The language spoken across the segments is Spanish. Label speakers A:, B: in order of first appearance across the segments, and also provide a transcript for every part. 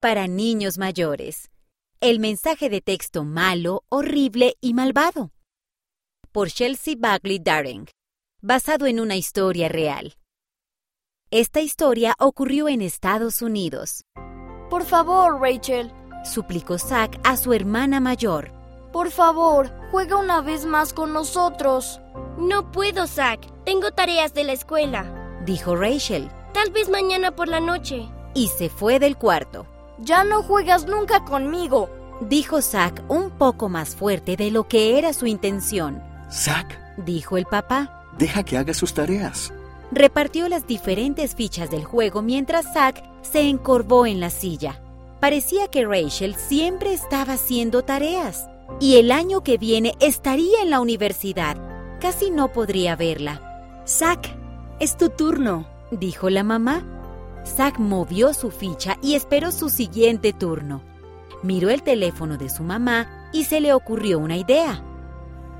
A: para niños mayores. El mensaje de texto malo, horrible y malvado. Por Chelsea Bagley Daring. Basado en una historia real. Esta historia ocurrió en Estados Unidos,
B: Por favor, Rachel.
A: suplicó Zack a su hermana mayor.
B: Por favor, juega una vez más con nosotros.
C: No puedo, Zack. Tengo tareas de la escuela.
A: Dijo Rachel,
C: Tal vez mañana por la noche.
A: y se fue del cuarto.
B: Ya no juegas nunca conmigo.
A: Dijo Zack un poco más fuerte de lo que era su intención.
D: Zack,
A: Dijo el papá.
D: deja que haga sus tareas.
A: Repartió las diferentes fichas del juego mientras Zack se encorvó en la silla. Parecía que Rachel siempre estaba haciendo tareas. Y el año que viene estaría en la universidad. Casi no podría verla.
E: Zack, es tu turno.
A: dijo la mamá. Zack movió su ficha y esperó su siguiente turno. Miró el teléfono de su mamá y se le ocurrió una idea.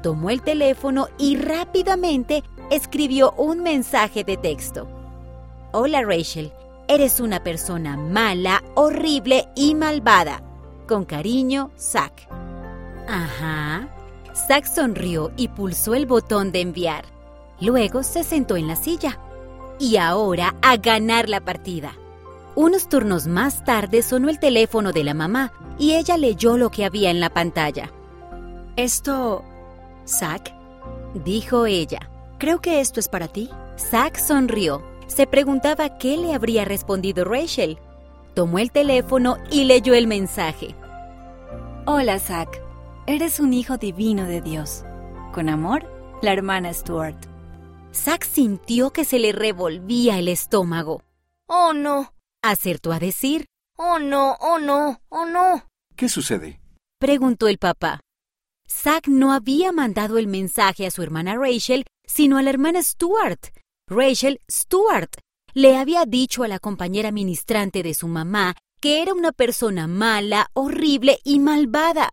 A: Tomó el teléfono y rápidamente escribió un mensaje de texto. Hola Rachel, eres una persona mala, horrible y malvada. Con cariño, Zack. Ajá. Zack sonrió y pulsó el botón de enviar. Luego se sentó en la silla y ahora a ganar la partida. Unos turnos más tarde sonó el teléfono de la mamá y ella leyó lo que había en la pantalla.
E: Esto...
A: Zack, dijo ella.
E: Creo que esto es para ti.
A: Zack sonrió. Se preguntaba qué le habría respondido Rachel. Tomó el teléfono y leyó el mensaje.
E: Hola, Zack. Eres un hijo divino de Dios. Con amor, la hermana Stuart.
A: Zack sintió que se le revolvía el estómago.
B: Oh no,
A: Acertó a decir,
B: oh no, oh no, oh no.
D: ¿Qué sucede?
A: preguntó el papá. Zack no había mandado el mensaje a su hermana Rachel, sino a la hermana Stuart. Rachel Stuart le había dicho a la compañera ministrante de su mamá que era una persona mala, horrible y malvada.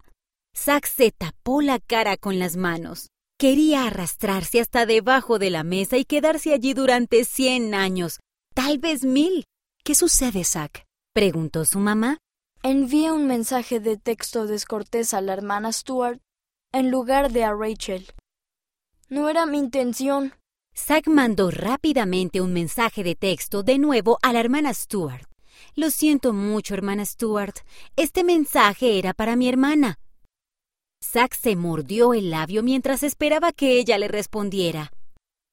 A: Zack se tapó la cara con las manos. Quería arrastrarse hasta debajo de la mesa y quedarse allí durante cien años, tal vez mil,
E: ¿Qué sucede, Zack?
A: preguntó su mamá.
B: Envié un mensaje de texto descortés a la hermana Stuart en lugar de a Rachel. No era mi intención.
A: Zack mandó rápidamente un mensaje de texto de nuevo a la hermana Stuart. Lo siento mucho, hermana Stuart. Este mensaje era para mi hermana. Zack se mordió el labio mientras esperaba que ella le respondiera.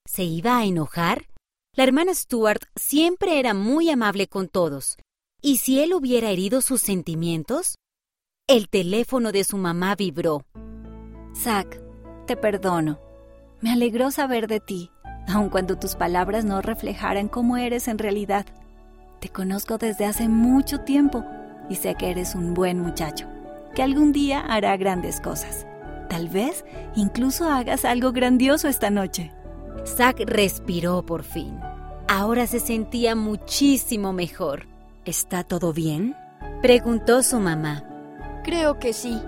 A: ¿Se iba a enojar? La hermana Stuart siempre era muy amable con todos. ¿Y si él hubiera herido sus sentimientos? El teléfono de su mamá vibró.
E: Zack, te perdono. Me alegró saber de ti, aun cuando tus palabras no reflejaran cómo eres en realidad. Te conozco desde hace mucho tiempo y sé que eres un buen muchacho, que algún día hará grandes cosas. Tal vez incluso hagas algo grandioso esta noche.
A: Zack respiró por fin. Ahora se sentía muchísimo mejor.
E: ¿Está todo bien?
A: Preguntó su mamá.
B: Creo que sí.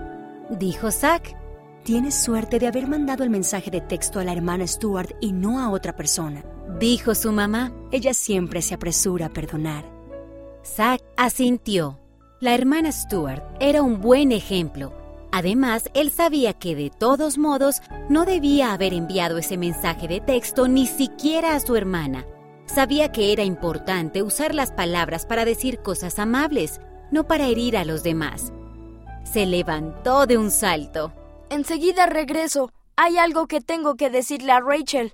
A: Dijo Zack.
E: Tienes suerte de haber mandado el mensaje de texto a la hermana Stuart y no a otra persona.
A: Dijo su mamá.
E: Ella siempre se apresura a perdonar.
A: Zack asintió. La hermana Stuart era un buen ejemplo. Además, él sabía que de todos modos no debía haber enviado ese mensaje de texto ni siquiera a su hermana. Sabía que era importante usar las palabras para decir cosas amables, no para herir a los demás. Se levantó de un salto.
B: Enseguida regreso. Hay algo que tengo que decirle a Rachel.